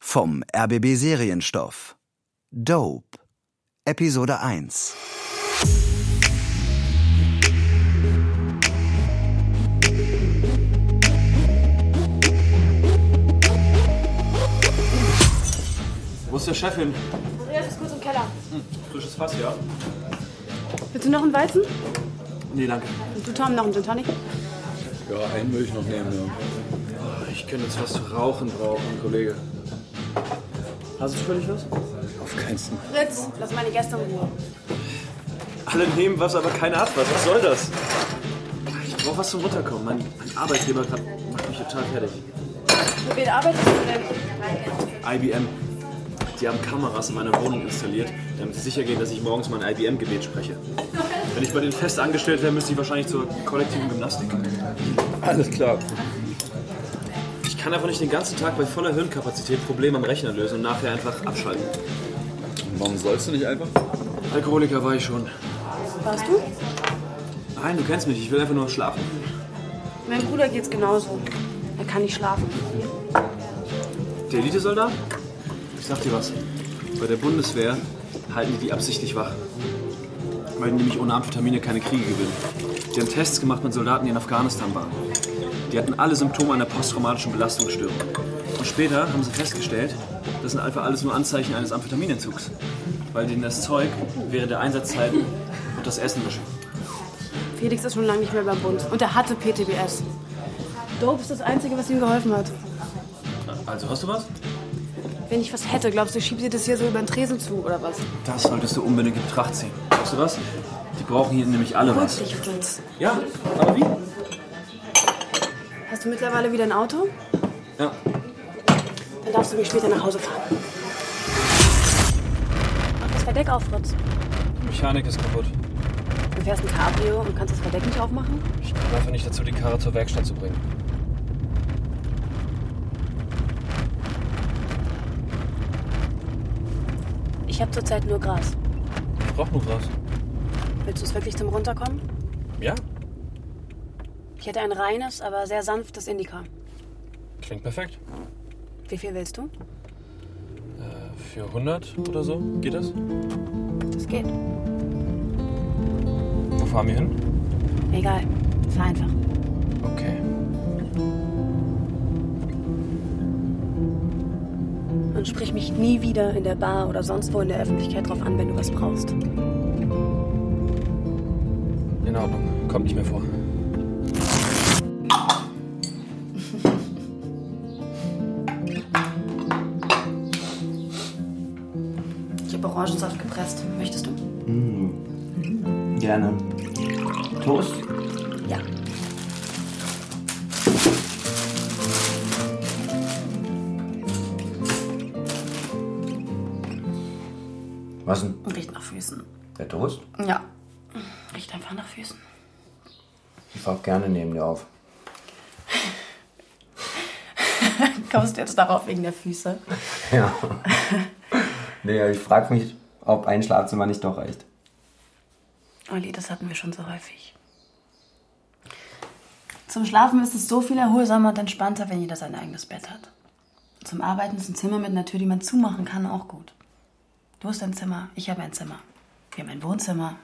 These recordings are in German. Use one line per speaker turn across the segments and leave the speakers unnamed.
Vom RBB Serienstoff. Dope. Episode 1.
Wo ist der Chef hin?
Andreas ist kurz im Keller.
Frisches Fass, ja?
Willst du noch einen Weizen?
Nee, danke.
Und du, Tom, noch einen Gin Tonic?
Ja, einen will ich noch nehmen.
Ah, Ich könnte jetzt was zu rauchen brauchen, Kollege. Hast du völlig was?
Auf keinen Fall.
Fritz, lass meine Gäste in Ruhe.
Alle nehmen was, aber keiner hat was. Was soll das? Ich brauche was zum Runterkommen. Mein, mein Arbeitgeber grad macht mich total fertig.
Für wen arbeitest du denn?
IBM. Die haben Kameras in meiner Wohnung installiert, damit sie sicher gehen, dass ich morgens mein IBM-Gebet spreche. Wenn ich bei denen fest angestellt wäre, müsste ich wahrscheinlich zur kollektiven Gymnastik.
Alles klar.
Ich kann einfach nicht den ganzen Tag bei voller Hirnkapazität Probleme am Rechner lösen und nachher einfach abschalten.
Warum sollst du nicht einfach?
Alkoholiker war ich schon.
Warst du?
Nein, du kennst mich, ich will einfach nur schlafen.
Meinem Bruder geht's genauso. Er kann nicht schlafen.
Der Elitesoldat? Ich sag dir was. Bei der Bundeswehr halten die die absichtlich wach. Weil die nämlich ohne Amphetamine keine Kriege gewinnen. Die haben Tests gemacht mit Soldaten, die in Afghanistan waren. Die hatten alle Symptome einer posttraumatischen Belastungsstörung. Und später haben sie festgestellt, das sind einfach alles nur Anzeichen eines Amphetaminentzugs. Weil denen das Zeug während der Einsatzzeiten und das Essen mischen.
Felix ist schon lange nicht mehr beim Bund. Und er hatte PTBS. Dope ist das Einzige, was ihm geholfen hat.
Also hast du was?
Wenn ich was hätte, glaubst du, ich schieb dir das hier so über den Tresen zu, oder was?
Das solltest du unbedingt in Betracht ziehen. Weißt du was? Die brauchen hier nämlich alle was.
Wirklich, Fritz.
Ja, aber wie?
Hast du mittlerweile wieder ein Auto?
Ja.
Dann darfst du mich später nach Hause fahren. Mach das Verdeck auf, Fritz.
Die Mechanik ist kaputt.
Du fährst ein Cabrio und kannst das Verdeck nicht aufmachen?
Ich bin einfach nicht dazu, die Karre zur Werkstatt zu bringen.
Ich habe zurzeit nur Gras.
Ich brauch nur Gras.
Willst du es wirklich zum Runterkommen?
Ja?
Ich hätte ein reines, aber sehr sanftes Indica.
Klingt perfekt.
Wie viel willst du?
Äh, Für 100 oder so? Geht das?
Das geht.
Wo fahren wir hin?
Egal. Fahr einfach.
Okay.
Und sprich mich nie wieder in der Bar oder sonst wo in der Öffentlichkeit drauf an, wenn du was brauchst.
In Ordnung. Kommt nicht mehr vor.
Ich habe Orangensaft gepresst. Möchtest du?
Mm. Gerne. Toast?
Ja.
Was denn?
Riecht nach Füßen.
Der Toast?
Ja. Riecht einfach nach Füßen.
Ich fahr gerne neben dir auf.
Kommst du jetzt darauf wegen der Füße?
Ja. nee, aber ich frag mich, ob ein Schlafzimmer nicht doch reicht.
Olli, das hatten wir schon so häufig. Zum Schlafen ist es so viel erholsamer und entspannter, wenn jeder sein eigenes Bett hat. Zum Arbeiten ist ein Zimmer mit einer Tür, die man zumachen kann, auch gut. Du hast ein Zimmer, ich habe ein Zimmer. Wir haben ein Wohnzimmer.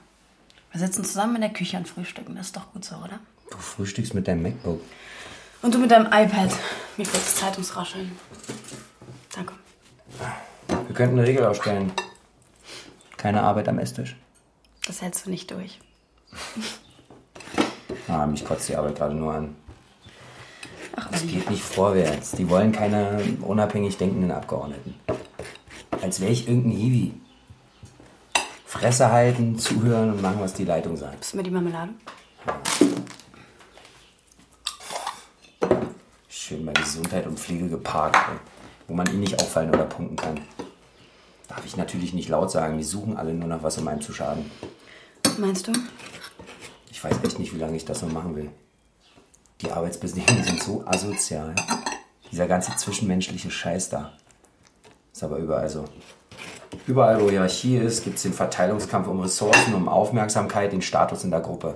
Wir sitzen zusammen in der Küche und frühstücken. Das ist doch gut so, oder?
Du frühstückst mit deinem MacBook.
Und du mit deinem iPad. Mir fehlt die Zeit ums Rascheln. Danke.
Wir könnten eine Regel aufstellen. Keine Arbeit am Esstisch.
Das hältst du nicht durch.
Ah, mich kotzt die Arbeit gerade nur an.
Ach,
Es geht nicht vorwärts. Die wollen keine unabhängig denkenden Abgeordneten. Als wäre ich irgendein Hiwi. Fresse halten, zuhören und machen, was die Leitung sagt.
Ist mir die Marmelade?
Schön bei Gesundheit und Pflege geparkt, ey. wo man ihnen nicht auffallen oder punkten kann. Darf ich natürlich nicht laut sagen, die suchen alle nur nach was, um einem zu schaden.
Meinst du?
Ich weiß echt nicht, wie lange ich das noch machen will. Die Arbeitsbedingungen sind so asozial. Dieser ganze zwischenmenschliche Scheiß da. Ist aber überall so. Überall, wo Hierarchie ist, gibt es den Verteilungskampf um Ressourcen, um Aufmerksamkeit, den Status in der Gruppe.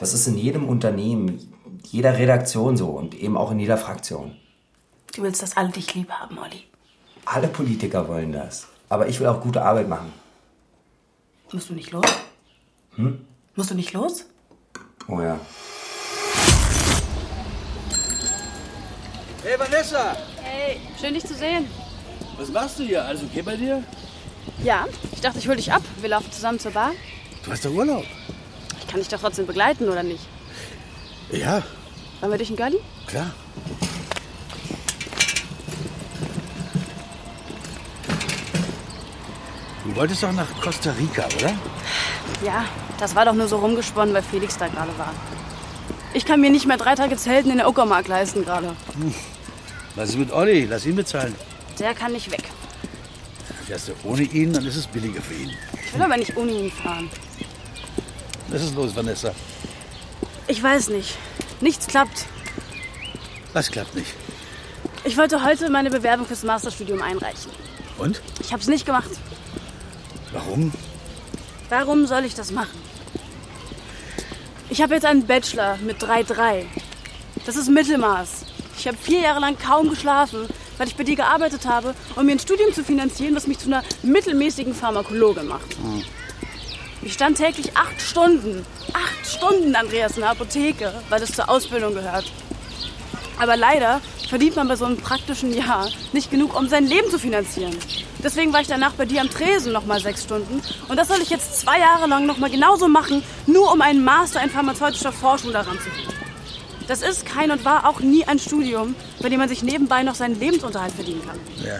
Das ist in jedem Unternehmen, jeder Redaktion so und eben auch in jeder Fraktion.
Du willst, dass alle dich lieb haben, Olli.
Alle Politiker wollen das. Aber ich will auch gute Arbeit machen.
Musst du nicht los? Hm? Musst du nicht los?
Oh ja.
Hey Vanessa,
Hey, schön dich zu sehen.
was machst du hier? Alles okay bei dir?
Ja, ich dachte, ich hole dich ab. Wir laufen zusammen zur Bar.
Du hast doch Urlaub.
Ich kann dich doch trotzdem begleiten, oder nicht?
Ja,
Wollen wir durch den Girlie?
klar. Du wolltest doch nach Costa Rica, oder?
Ja, das war doch nur so rumgesponnen, weil Felix da gerade war. Ich kann mir nicht mehr drei Tage Zelten in der Uckermark leisten gerade.
Was ist mit Olli? Hm. Lass ihn bezahlen.
Der kann nicht weg.
Fährst du ohne ihn, dann ist es billiger für ihn.
Ich will aber nicht ohne ihn fahren.
Was ist los, Vanessa?
Ich weiß nicht. Nichts klappt.
Was klappt nicht?
Ich wollte heute meine Bewerbung fürs Masterstudium einreichen.
Und?
Ich hab's nicht gemacht.
Warum?
Warum soll ich das machen? Ich habe jetzt einen Bachelor mit 3,3. Das ist Mittelmaß. Ich habe vier Jahre lang kaum geschlafen, weil ich bei dir gearbeitet habe, um mir ein Studium zu finanzieren, was mich zu einer mittelmäßigen Pharmakologe macht.
Hm.
Ich stand täglich acht Stunden, acht Stunden, Andreas, in der Apotheke, weil das zur Ausbildung gehört. Aber leider verdient man bei so einem praktischen Jahr nicht genug, um sein Leben zu finanzieren. Deswegen war ich danach bei dir am Tresen nochmal sechs Stunden. Und das soll ich jetzt zwei Jahre lang nochmal genauso machen, nur um einen Master in pharmazeutischer Forschung daran zu kriegen. Das ist kein und war auch nie ein Studium, bei dem man sich nebenbei noch seinen Lebensunterhalt verdienen kann.
Ja.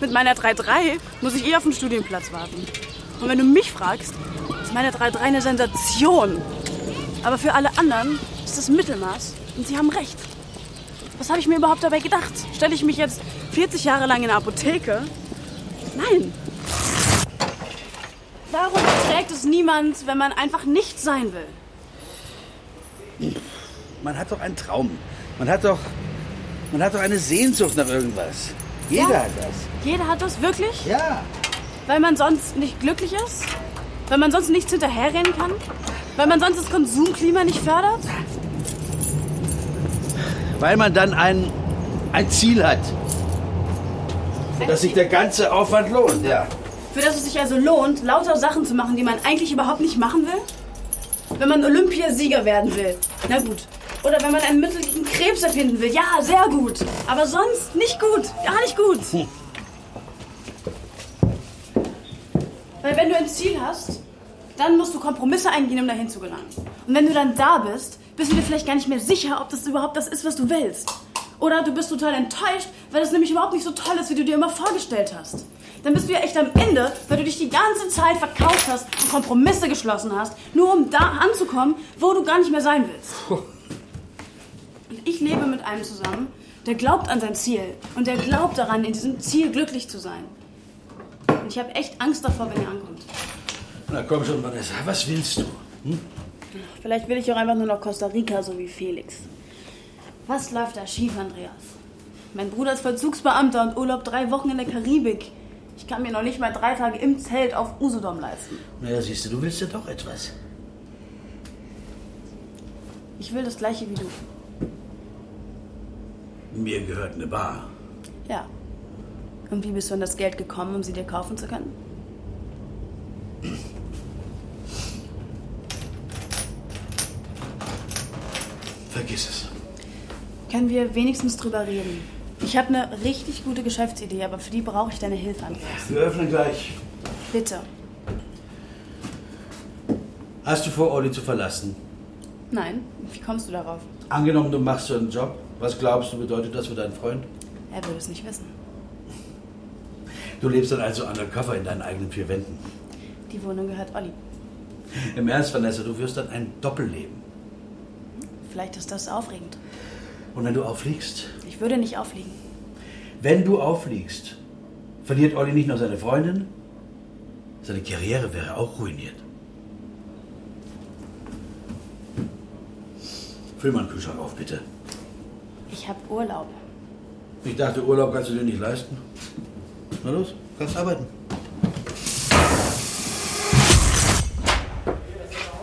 Mit meiner 3-3 muss ich eh auf den Studienplatz warten. Und wenn du mich fragst, ist meine 3-3 eine Sensation. Aber für alle anderen ist das Mittelmaß und sie haben recht. Was habe ich mir überhaupt dabei gedacht? Stelle ich mich jetzt 40 Jahre lang in der Apotheke? Nein. Darum trägt es niemand, wenn man einfach nicht sein will.
Man hat doch einen Traum. Man hat doch. Man hat doch eine Sehnsucht nach irgendwas. Jeder
Ja.
hat das.
Jeder hat das wirklich?
Ja.
Weil man sonst nicht glücklich ist? Weil man sonst nichts hinterherrennen kann? Weil man sonst das Konsumklima nicht fördert?
Weil man dann ein, ein Ziel hat. Für das sich der ganze Aufwand lohnt. Ja.
Für das es sich also lohnt, lauter Sachen zu machen, die man eigentlich überhaupt nicht machen will? Wenn man Olympiasieger werden will, na gut. Oder wenn man ein Mittel gegen Krebs erfinden will, ja, sehr gut. Aber sonst nicht gut, gar nicht gut. Weil wenn du ein Ziel hast, dann musst du Kompromisse eingehen, um dahin zu gelangen. Und wenn du dann da bist, bist du dir vielleicht gar nicht mehr sicher, ob das überhaupt das ist, was du willst. Oder du bist total enttäuscht, weil es nämlich überhaupt nicht so toll ist, wie du dir immer vorgestellt hast. Dann bist du ja echt am Ende, weil du dich die ganze Zeit verkauft hast und Kompromisse geschlossen hast, nur um da anzukommen, wo du gar nicht mehr sein willst. Und ich lebe mit einem zusammen, der glaubt an sein Ziel und der glaubt daran, in diesem Ziel glücklich zu sein. Und ich habe echt Angst davor, wenn er ankommt.
Na komm schon, Vanessa. Was willst du?
Vielleicht will ich auch einfach nur noch Costa Rica, so wie Felix. Was läuft da schief, Andreas? Mein Bruder ist Vollzugsbeamter und Urlaub drei Wochen in der Karibik. Ich kann mir noch nicht mal drei Tage im Zelt auf Usedom leisten.
Na ja, siehst du, du willst ja doch etwas.
Ich will das gleiche wie du.
Mir gehört eine Bar.
Ja. Und wie bist du an das Geld gekommen, um sie dir kaufen zu können?
Vergiss es.
Können wir wenigstens drüber reden? Ich habe eine richtig gute Geschäftsidee, aber für die brauche ich deine Hilfe, Andreas.
Wir öffnen gleich.
Bitte.
Hast du vor, Olli zu verlassen?
Nein, wie kommst du darauf?
Angenommen, du machst so einen Job. Was glaubst du, bedeutet das für deinen Freund?
Er würde es nicht wissen.
Du lebst dann also undercover in deinen eigenen vier Wänden.
Die Wohnung gehört Olli.
Im Ernst, Vanessa, du wirst dann ein Doppelleben.
Vielleicht ist das aufregend.
Und wenn du auffliegst,
Ich würde nicht aufliegen.
wenn du auffliegst, verliert Olli nicht nur seine Freundin, seine Karriere wäre auch ruiniert. Füll mal einen Kühlschrank auf, bitte.
Ich habe Urlaub.
Ich dachte, Urlaub kannst du dir nicht leisten. Na los, kannst arbeiten.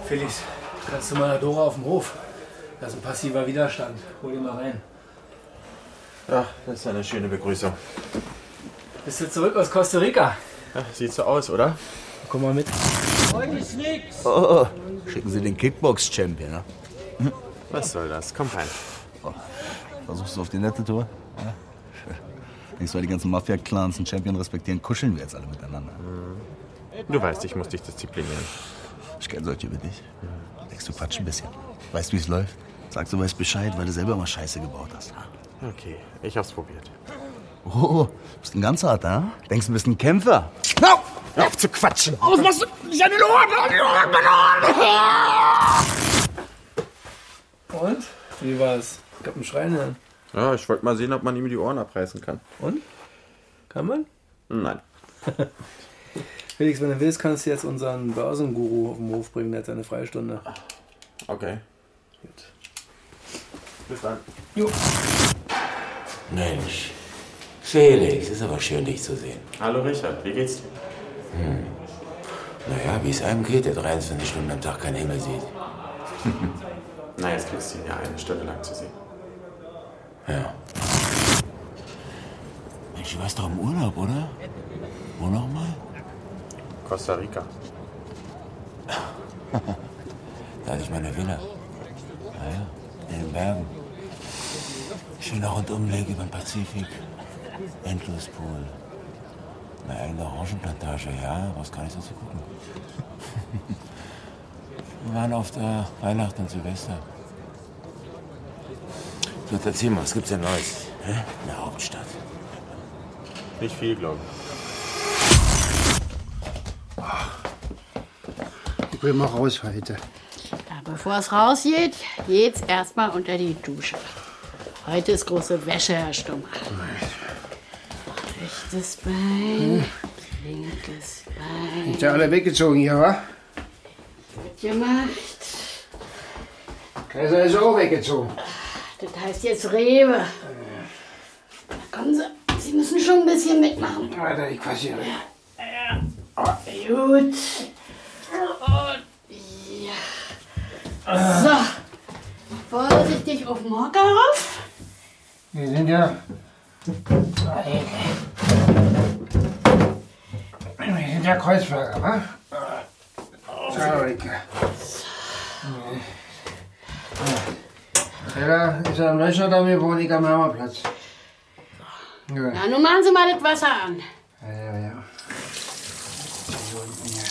Felix, kannst du mal der Dora auf dem Hof? Das ist ein passiver Widerstand. Hol ihn mal rein.
Ja, das ist eine schöne Begrüßung.
Bist du zurück aus Costa Rica?
Sieht so aus, oder? Komm mal mit.
Oh, schicken Sie den Kickbox-Champion. Ne? Oh.
Was soll das? Komm rein.
Versuchst du auf die nette Tour? Ja? Denkst du, weil die ganzen Mafia-Clans einen Champion respektieren, kuscheln wir jetzt alle miteinander.
Du weißt, ich muss dich disziplinieren.
Ich kenne solche über dich. Denkst du, quatsch ein bisschen. Weißt, wie es läuft? Sagst du, weißt Bescheid, weil du selber mal Scheiße gebaut hast.
Okay, ich hab's probiert.
Oh, bist ein ganz harter, ha? Denkst du, bist ein Kämpfer?
Hör auf zu quatschen!
Aus, machst du nicht an den Ohren! An den Ohren, an
Und? Wie war's? Gab einen Schrein an.
Ja, ich wollte mal sehen, ob man ihm die Ohren abreißen kann.
Und? Kann man?
Nein.
Felix, wenn du willst, kannst du jetzt unseren Börsenguru auf den Hof bringen. Der hat seine Freistunde.
Okay. Bis dann.
Jo.
Mensch, Felix, ist aber schön, dich zu sehen.
Hallo Richard, wie geht's dir?
Hm. Naja, wie es einem geht, der 23 Stunden am Tag keinen Himmel sieht.
Naja, jetzt kriegst du ihn ja eine Stunde lang zu sehen.
Ja. Mensch, du warst doch im Urlaub, oder? Wo nochmal?
Costa Rica.
Da hatte ich meine Villa. Naja, in den Bergen. Schöner Rundumblick um über den Pazifik. Endlospool. Eine eigene Orangenplantage, ja, was gar nicht so zu gucken. Wir waren oft äh, Weihnachten und Silvester. So, jetzt erzähl mal, was gibt's denn Neues? Hä? In der Hauptstadt.
Nicht viel, glaube
Ich will mal raus heute.
Bevor es rausgeht, geht's erstmal unter die Dusche. Heute ist große Wäsche, Herr Stumm. Rechtes Bein, linkes Bein.
Sind ja alle weggezogen hier, wa?
Wird gemacht.
Kaiser ist auch weggezogen.
Das heißt jetzt Rewe. Na, Kommen Sie, Sie müssen schon ein bisschen mitmachen.
Alter, ich quasi.
Gut. Und ja. So. Vorsichtig auf den Hocker rauf.
Wir sind ja. ne? Wir sind ja Kreuzberger, wa? Scharolika. Keller ist am Löcher, da wir wohnen, ich am Hammerplatz. Ja.
Na, nun machen Sie mal das Wasser an.
Ja, ja, ja. So, ja.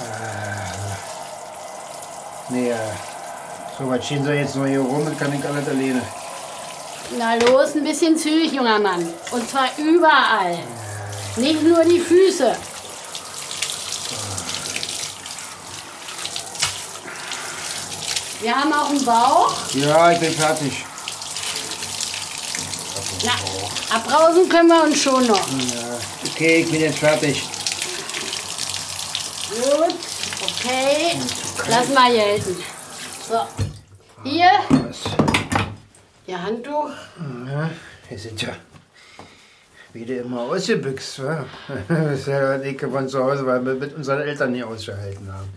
Ah. Äh, Nee, äh, so was stehen sie jetzt noch hier rum, das kann ich alles alleine.
Na los, ein bisschen zügig, junger Mann. Und zwar überall. Nicht nur die Füße. Wir haben auch einen Bauch.
Ja, ich bin fertig.
Na, abrausen können wir uns schon noch.
Ja. Äh, Okay, ich bin jetzt fertig.
Gut, okay. Lass mal gelten. So, hier. Ihr Handtuch.
Ja, wir sind ja wieder immer ausgebüxt. wa? Das ist ja die Ecke von zu Hause, weil wir mit unseren Eltern nicht ausgehalten haben.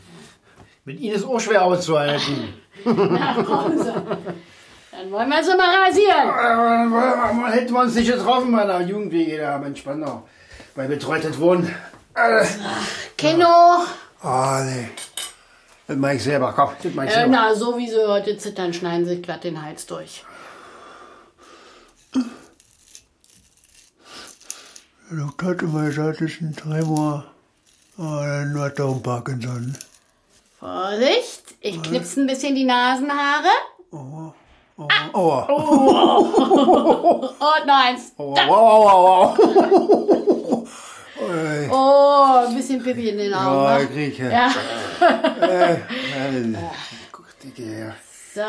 Mit ihnen ist auch schwer auszuhalten.
Na, kommen Sie. Dann wollen wir sie mal rasieren.
Aber dann wollen wir- hätten wir uns nicht getroffen bei der Jugendwege da in Spandau. Weil betreutes Wohnen.
Kino.
Ah, nee. Das mach ich selber. Komm, das mach ich
Äh,
selber.
na, so wie sie heute zittern, schneiden sie glatt den Hals durch.
Der Doktor hat immer gesagt, es Also ist ein Tremor. Aber dann hat er auch Parkinson.
Vorsicht, ich knipse ein bisschen die Nasenhaare.
Aua.
Oh, und noch eins.
Wow, wow, wow, wow.
Oh, ein bisschen Pipi in den Augen. ne?
Ja,
wa?
krieg ich, ja.
ja.
Äh, guck, Dicke, ja.
So.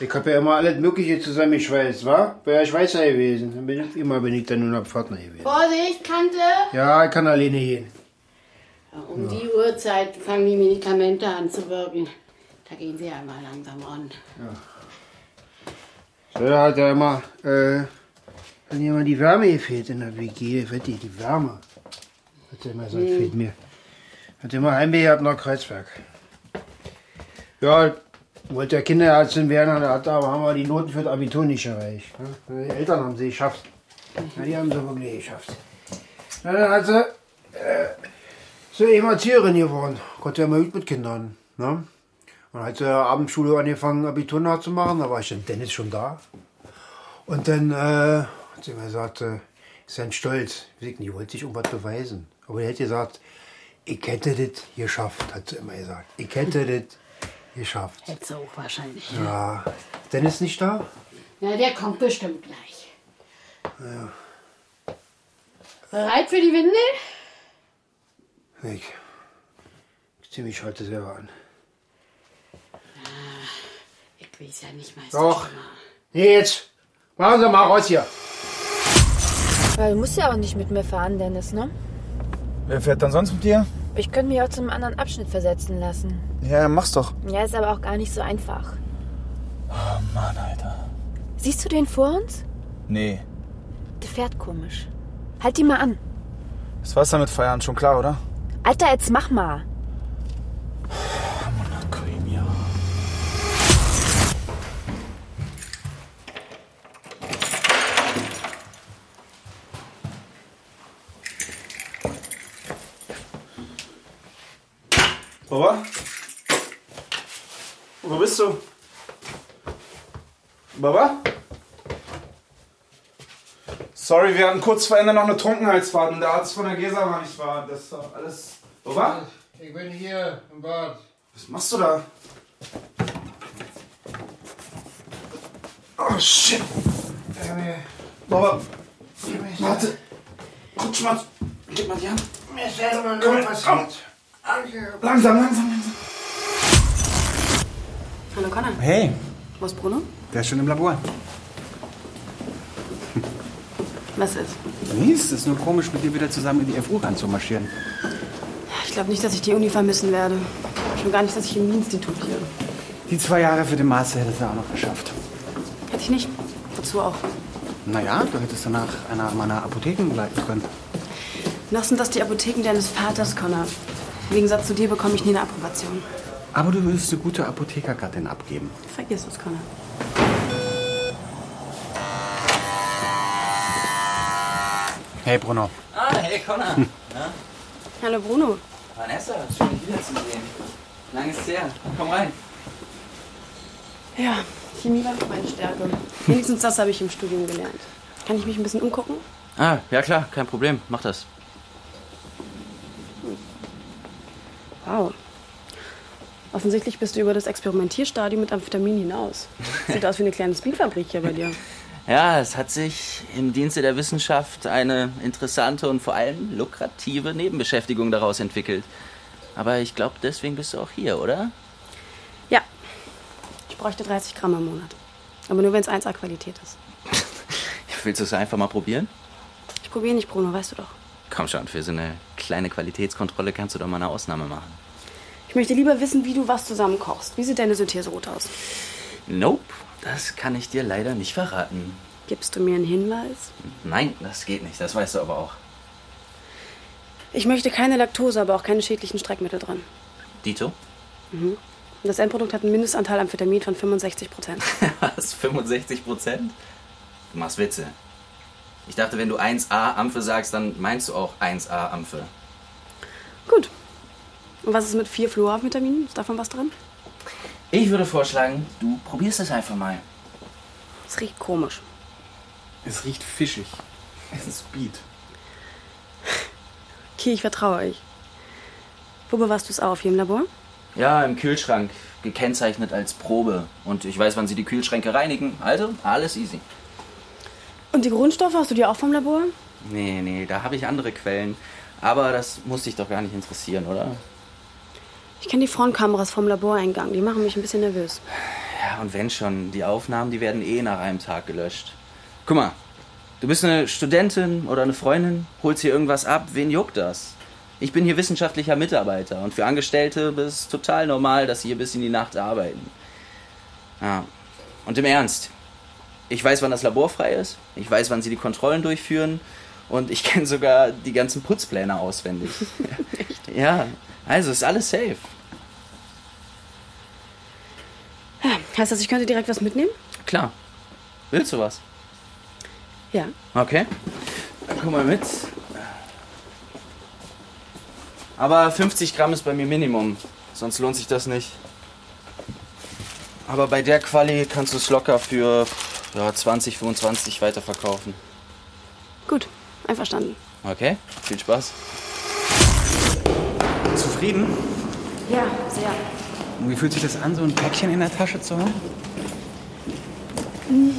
Ich hab ja immer alles Mögliche zusammengeschweißt, wa? Wäre ja Schweizer gewesen. Dann bin ich immer, bin ich dann nur noch Pfadner gewesen.
Vorsicht, Kante.
Ja, ich kann alleine gehen.
Um die Uhrzeit fangen die Medikamente an zu wirken. Da gehen sie ja immer langsam ran.
Da hat ja immer, äh, hat ja immer die Wärme gefehlt in der WG, wirklich, die Wärme. Hat ja immer gesagt,
Hm.
fehlt mir. Hat immer Heimweh gehabt nach Kreuzberg. Ja, wollte ja Kinderärztin werden, aber hat aber haben wir die Noten für das Abitur nicht erreicht. ne? Meine Eltern haben sie geschafft. Ja, die haben sie wirklich geschafft. Na, dann hat sie äh, so Emerzieherin geworden. Gott sei mal gut mit Kindern. Ne? Und hat sie Abendschule angefangen, Abitur nachzumachen. Da war ich dann Dennis schon da. Und dann äh, hat sie mir gesagt, äh, ist ein Stolz. Ich sag, die wollte sich irgendwas beweisen. Aber die hat gesagt, ich hätte das geschafft, hat sie immer gesagt. Ich hätte das geschafft.
Hätte sie auch wahrscheinlich.
Ja. Dennis nicht da?
Na, der kommt bestimmt gleich.
Ja.
Bereit für die Windel?
Ich, ich zieh mich heute selber an.
Ich weiß ja nicht, Meister.
Doch. Nee, jetzt. Machen Sie mal raus hier.
Ja, du musst ja auch nicht mit mir fahren, Dennis, ne?
Wer fährt dann sonst mit dir?
Ich könnte mich auch zum anderen Abschnitt versetzen lassen.
Ja, mach's doch.
Ja, ist aber auch gar nicht so einfach.
Oh Mann, Alter.
Siehst du den vor uns?
Nee.
Der fährt komisch. Halt die mal an.
Das war's damit feiern, schon klar, oder?
Alter, jetzt mach mal.
Baba? Wo bist du?
Baba? Sorry, wir hatten kurz vor Ende noch eine Trunkenheitsfahrt und der Arzt von der Gesa war nicht wahr. Das ist doch alles. Baba?
Ich bin hier im Bad.
Was machst du da? Oh shit. Baba. Warte. Rutsch mal. Gib mal die Hand.
Mir ist selber
Komm
nur
her.
passiert.
Langsam, langsam, langsam.
Hallo Connor.
Hey,
Wo ist Bruno?
der ist schon im Labor.
Was ist?
Mies, es ist nur komisch, mit dir wieder zusammen in die FU ranzumarschieren.
Ich glaube nicht, dass ich die Uni vermissen werde. Schon gar nicht, dass ich im Institut gehe.
Die zwei Jahre für den Master hättest du auch noch geschafft.
Hätte ich nicht. Wozu auch?
Naja, du hättest danach einer meiner Apotheken leiten können.
Noch sind das die Apotheken deines Vaters, Connor. Im Gegensatz zu dir bekomme ich nie eine Approbation.
Aber du würdest eine gute Apothekergattin abgeben.
Vergiss es, Connor.
Hey Bruno,
Ah, hey Connor.
Hm.
Na?
Hallo Bruno.
Vanessa, schön dich wiederzusehen. Lang ist's her. Komm rein.
Ja, Chemie war nicht meine Stärke. Wenigstens das habe ich im Studium gelernt. Kann ich mich ein bisschen umgucken?
Ah, ja klar, kein Problem. Mach das.
Wow. Offensichtlich bist du über das Experimentierstadium mit Amphetamin hinaus. Sieht aus wie eine kleine Speedfabrik hier bei dir.
Ja, es hat sich im Dienste der Wissenschaft eine interessante und vor allem lukrative Nebenbeschäftigung daraus entwickelt. Aber ich glaube, deswegen bist du auch hier, oder?
Ja, ich bräuchte 30 Gramm im Monat. Aber nur, wenn es 1A-Qualität ist.
Willst du es einfach mal probieren?
Ich probiere nicht, Bruno, weißt du doch.
Komm schon, für so eine kleine Qualitätskontrolle kannst du doch mal eine Ausnahme machen.
Ich möchte lieber wissen, wie du was zusammenkochst. Wie sieht deine Syntheserot aus?
Nope, das kann ich dir leider nicht verraten.
Gibst du mir einen Hinweis?
Nein, das geht nicht, das weißt du aber auch.
Ich möchte keine Laktose, aber auch keine schädlichen Streckmittel drin.
Dito?
Mhm. Und Das Endprodukt hat einen Mindestanteil Amphetamin von 65 Prozent.
Was? 65 Prozent? Du machst Witze. Ich dachte, wenn du 1A Ampfe sagst, dann meinst du auch 1A Ampfe.
Gut. Und was ist mit 4 Fluoramphetamin? Ist davon was drin?
Ich würde vorschlagen, du probierst es einfach mal.
Es riecht komisch.
es riecht fischig. Es ist Speed.
Okay, ich vertraue euch. Wo bewahrst du es auf? Hier im Labor?
Ja, im Kühlschrank, gekennzeichnet als Probe. Und ich weiß, wann sie die Kühlschränke reinigen. Also, alles easy.
Und die Grundstoffe hast du dir auch vom Labor?
Nee, nee, da habe ich andere Quellen. Aber das muss dich doch gar nicht interessieren, oder?
Ich kenne die Frontkameras vom Laboreingang. Die machen mich ein bisschen nervös.
Ja, und wenn schon, die Aufnahmen, die werden eh nach einem Tag gelöscht. Guck mal, du bist eine Studentin oder eine Freundin, holst hier irgendwas ab, wen juckt das? Ich bin hier wissenschaftlicher Mitarbeiter und für Angestellte ist es total normal, dass sie hier bis in die Nacht arbeiten. Ja, und im Ernst, ich weiß, wann das Labor frei ist, ich weiß, wann sie die Kontrollen durchführen und ich kenne sogar die ganzen Putzpläne auswendig. ja, also ist alles safe.
Äh, Ja, heißt das, ich könnte direkt was mitnehmen?
Klar. Willst du was?
Ja.
Okay. Dann guck mal mit. Aber 50 Gramm ist bei mir Minimum. Sonst lohnt sich das nicht. Aber bei der Quali kannst du es locker für ja, 20, 25 weiterverkaufen.
Gut, einverstanden.
Okay, viel Spaß. Zufrieden?
Ja, sehr.
Und wie fühlt sich das an, so ein Päckchen in der Tasche zu haben?
Hm.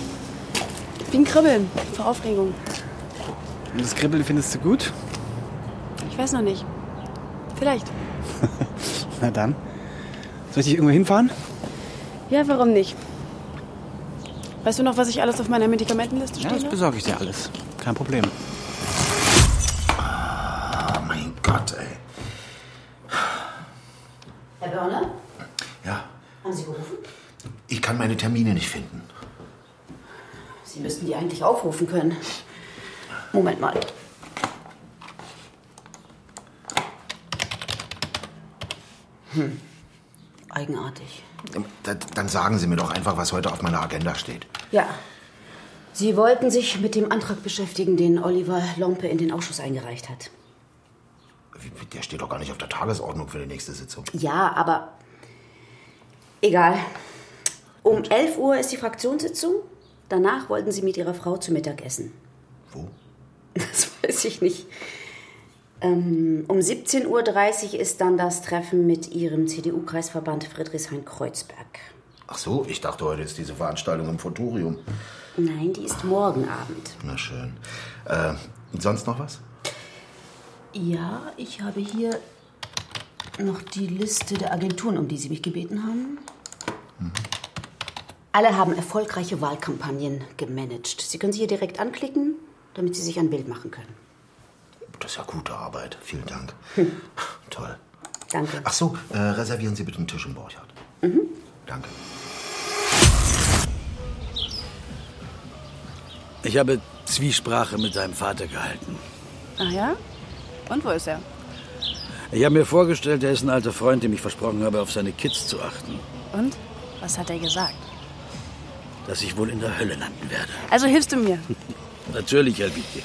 Wie ein Kribbeln vor Aufregung.
Und das Kribbeln findest du gut?
Ich weiß noch nicht. Vielleicht.
Na dann. Soll ich dich irgendwo hinfahren?
Ja, warum nicht? Weißt du noch, was ich alles auf meiner Medikamentenliste
Ja,
stehe?
das besorge ich dir alles. Kein Problem.
Oh mein Gott, ey.
Herr Börner,
Ja,
haben Sie gerufen?
ich kann meine Termine nicht finden.
Sie müssten die eigentlich aufrufen können. Moment mal. Hm. Eigenartig.
Ähm, Da- Dann sagen Sie mir doch einfach, was heute auf meiner Agenda steht.
Ja. Sie wollten sich mit dem Antrag beschäftigen, den Oliver Lompe in den Ausschuss eingereicht hat.
Der steht doch gar nicht auf der Tagesordnung für die nächste Sitzung.
Ja, aber egal. Um 11 Uhr ist die Fraktionssitzung. Danach wollten Sie mit Ihrer Frau zu Mittag essen.
Wo?
Das weiß ich nicht. Ähm, um 17.30 Uhr ist dann das Treffen mit Ihrem CDU-Kreisverband Friedrichshain-Kreuzberg.
Ach so, ich dachte, heute ist diese Veranstaltung im Futurium.
Nein, die ist morgen Abend.
Na schön. Äh, sonst noch was?
Ja, ich habe hier noch die Liste der Agenturen, um die Sie mich gebeten haben.
Mhm.
Alle haben erfolgreiche Wahlkampagnen gemanagt. Sie können sie hier direkt anklicken, damit Sie sich ein Bild machen können.
Das ist ja gute Arbeit. Vielen Dank. Toll.
Hm. Danke.
Ach so, äh, reservieren Sie bitte einen Tisch im Borchardt. Danke.
Ich habe Zwiesprache mit deinem Vater gehalten.
Ach Ah, ja? Und wo ist er?
Ich habe mir vorgestellt, er ist ein alter Freund, dem ich versprochen habe, auf seine Kids zu achten.
Und? Was hat er gesagt?
Dass ich wohl in der Hölle landen werde.
Also hilfst du mir.
Natürlich, Helwige.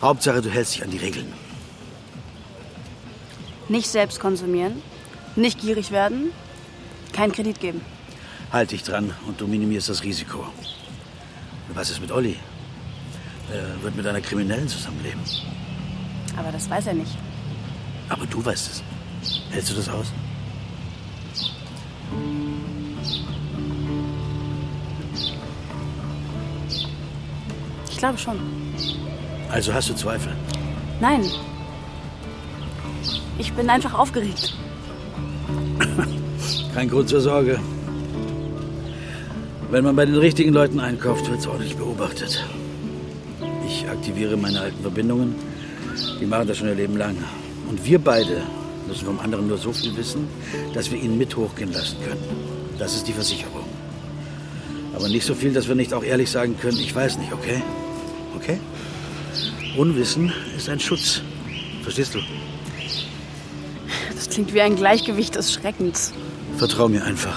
Hauptsache, du hältst dich an die Regeln.
Nicht selbst konsumieren, nicht gierig werden, keinen Kredit geben.
Halt dich dran und du minimierst das Risiko. Und Was ist mit Olli? Er wird mit einer Kriminellen zusammenleben.
Aber das weiß er nicht.
Aber du weißt es. Hältst du das aus?
Ich glaube schon.
Also hast du Zweifel.
Nein. Ich bin einfach aufgeregt.
Kein Grund zur Sorge. Wenn man bei den richtigen Leuten einkauft, wird es ordentlich beobachtet. Ich aktiviere meine alten Verbindungen. Die machen das schon ihr Leben lang. Und wir beide müssen vom anderen nur so viel wissen, dass wir ihn mit hochgehen lassen können. Das ist die Versicherung. Aber nicht so viel, dass wir nicht auch ehrlich sagen können, ich weiß nicht, okay? Okay? Unwissen ist ein Schutz. Verstehst du?
Das klingt wie ein Gleichgewicht des Schreckens.
Vertrau mir einfach.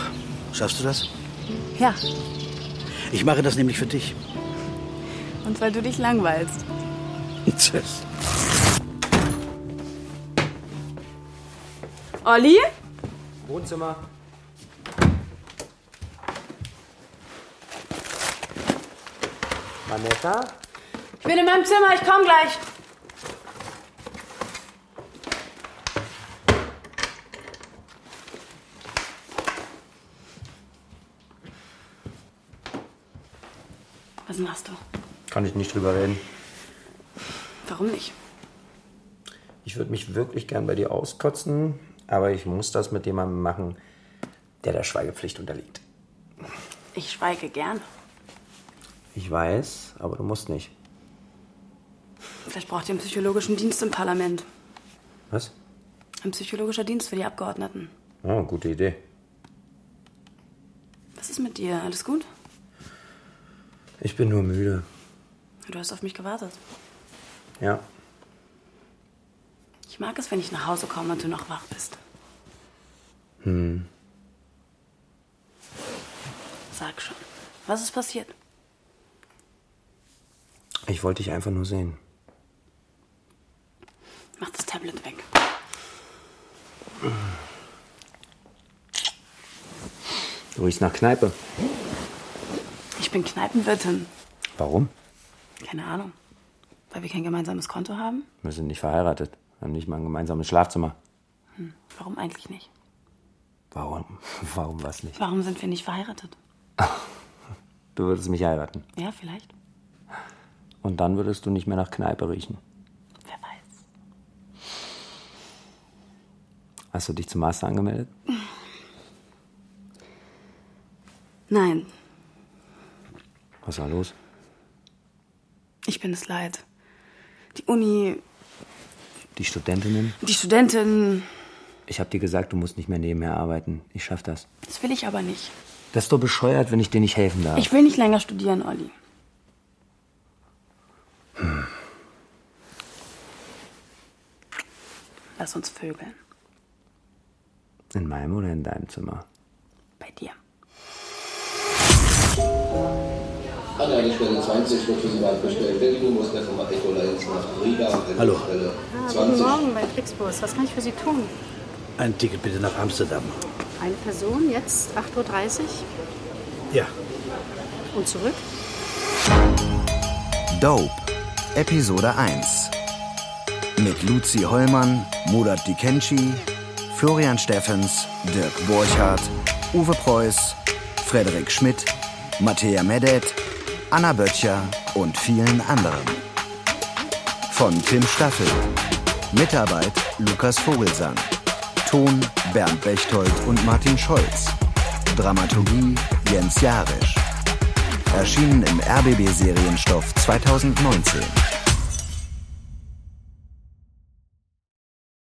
Schaffst du das?
Ja,
Ich mache das nämlich für dich.
und weil du dich langweilst.
Tschüss.
Olli?
Wohnzimmer. Vanessa?
Ich bin in meinem Zimmer, ich komme gleich. Was machst du?
Kann ich nicht drüber reden.
Warum nicht?
Ich würde mich wirklich gern bei dir auskotzen, aber ich muss das mit jemandem machen, der der Schweigepflicht unterliegt.
Ich schweige gern.
Ich weiß, aber du musst nicht.
Vielleicht braucht ihr einen psychologischen Dienst im Parlament.
Was?
Ein psychologischer Dienst für die Abgeordneten.
Oh, gute Idee.
Was ist mit dir? Alles gut?
Ich bin nur müde.
Du hast auf mich gewartet.
Ja.
Ich mag es, wenn ich nach Hause komme und du noch wach bist.
Hm.
Sag schon. Was ist passiert?
Ich wollte dich einfach nur sehen.
Mach das Tablet weg.
Du riechst nach Kneipe.
Ich bin Kneipenwirtin.
Warum?
Keine Ahnung. Weil wir kein gemeinsames Konto haben?
Wir sind nicht verheiratet. Haben nicht mal ein gemeinsames Schlafzimmer.
Hm. Warum eigentlich nicht?
Warum? Warum was nicht?
Warum sind wir nicht verheiratet?
Du würdest mich heiraten.
Ja, vielleicht.
Und dann würdest du nicht mehr nach Kneipe riechen.
Wer weiß.
Hast du dich zum Master angemeldet?
Nein,
Was war los?
ich bin es leid. Die Uni,
Die Studentinnen?
die Studentin,
Ich habe dir gesagt, du musst nicht mehr nebenher arbeiten. Ich schaff das.
das will ich aber nicht.
Das ist doch bescheuert, wenn ich dir nicht helfen darf.
Ich will nicht länger studieren, Olli. Lass uns vögeln.
in meinem oder in deinem Zimmer?
Bei dir.
Anhaltestelle 20 wird für Sie bestellt. Berlin, Moskau, Ecola, nach Riga.
Hallo.
Ah, guten Morgen bei Flixbus. Was kann ich für Sie tun?
Ein Ticket bitte nach Amsterdam.
Eine Person, jetzt 8.30 Uhr
Ja.
und zurück.
Dope, Episode 1. Mit Luzi Hollmann, Murat Dikenci, Florian Steffens, Dirk Borchardt, Uwe Preuß, Frederik Schmidt, Matthäa Medet, Anna Böttcher und vielen anderen. Von Tim Staffel. Mitarbeit Lukas Vogelsang. Ton Bernd Bechtold und Martin Scholz. Dramaturgie Jens Jarisch erschienen im RBB Serienstoff 2019.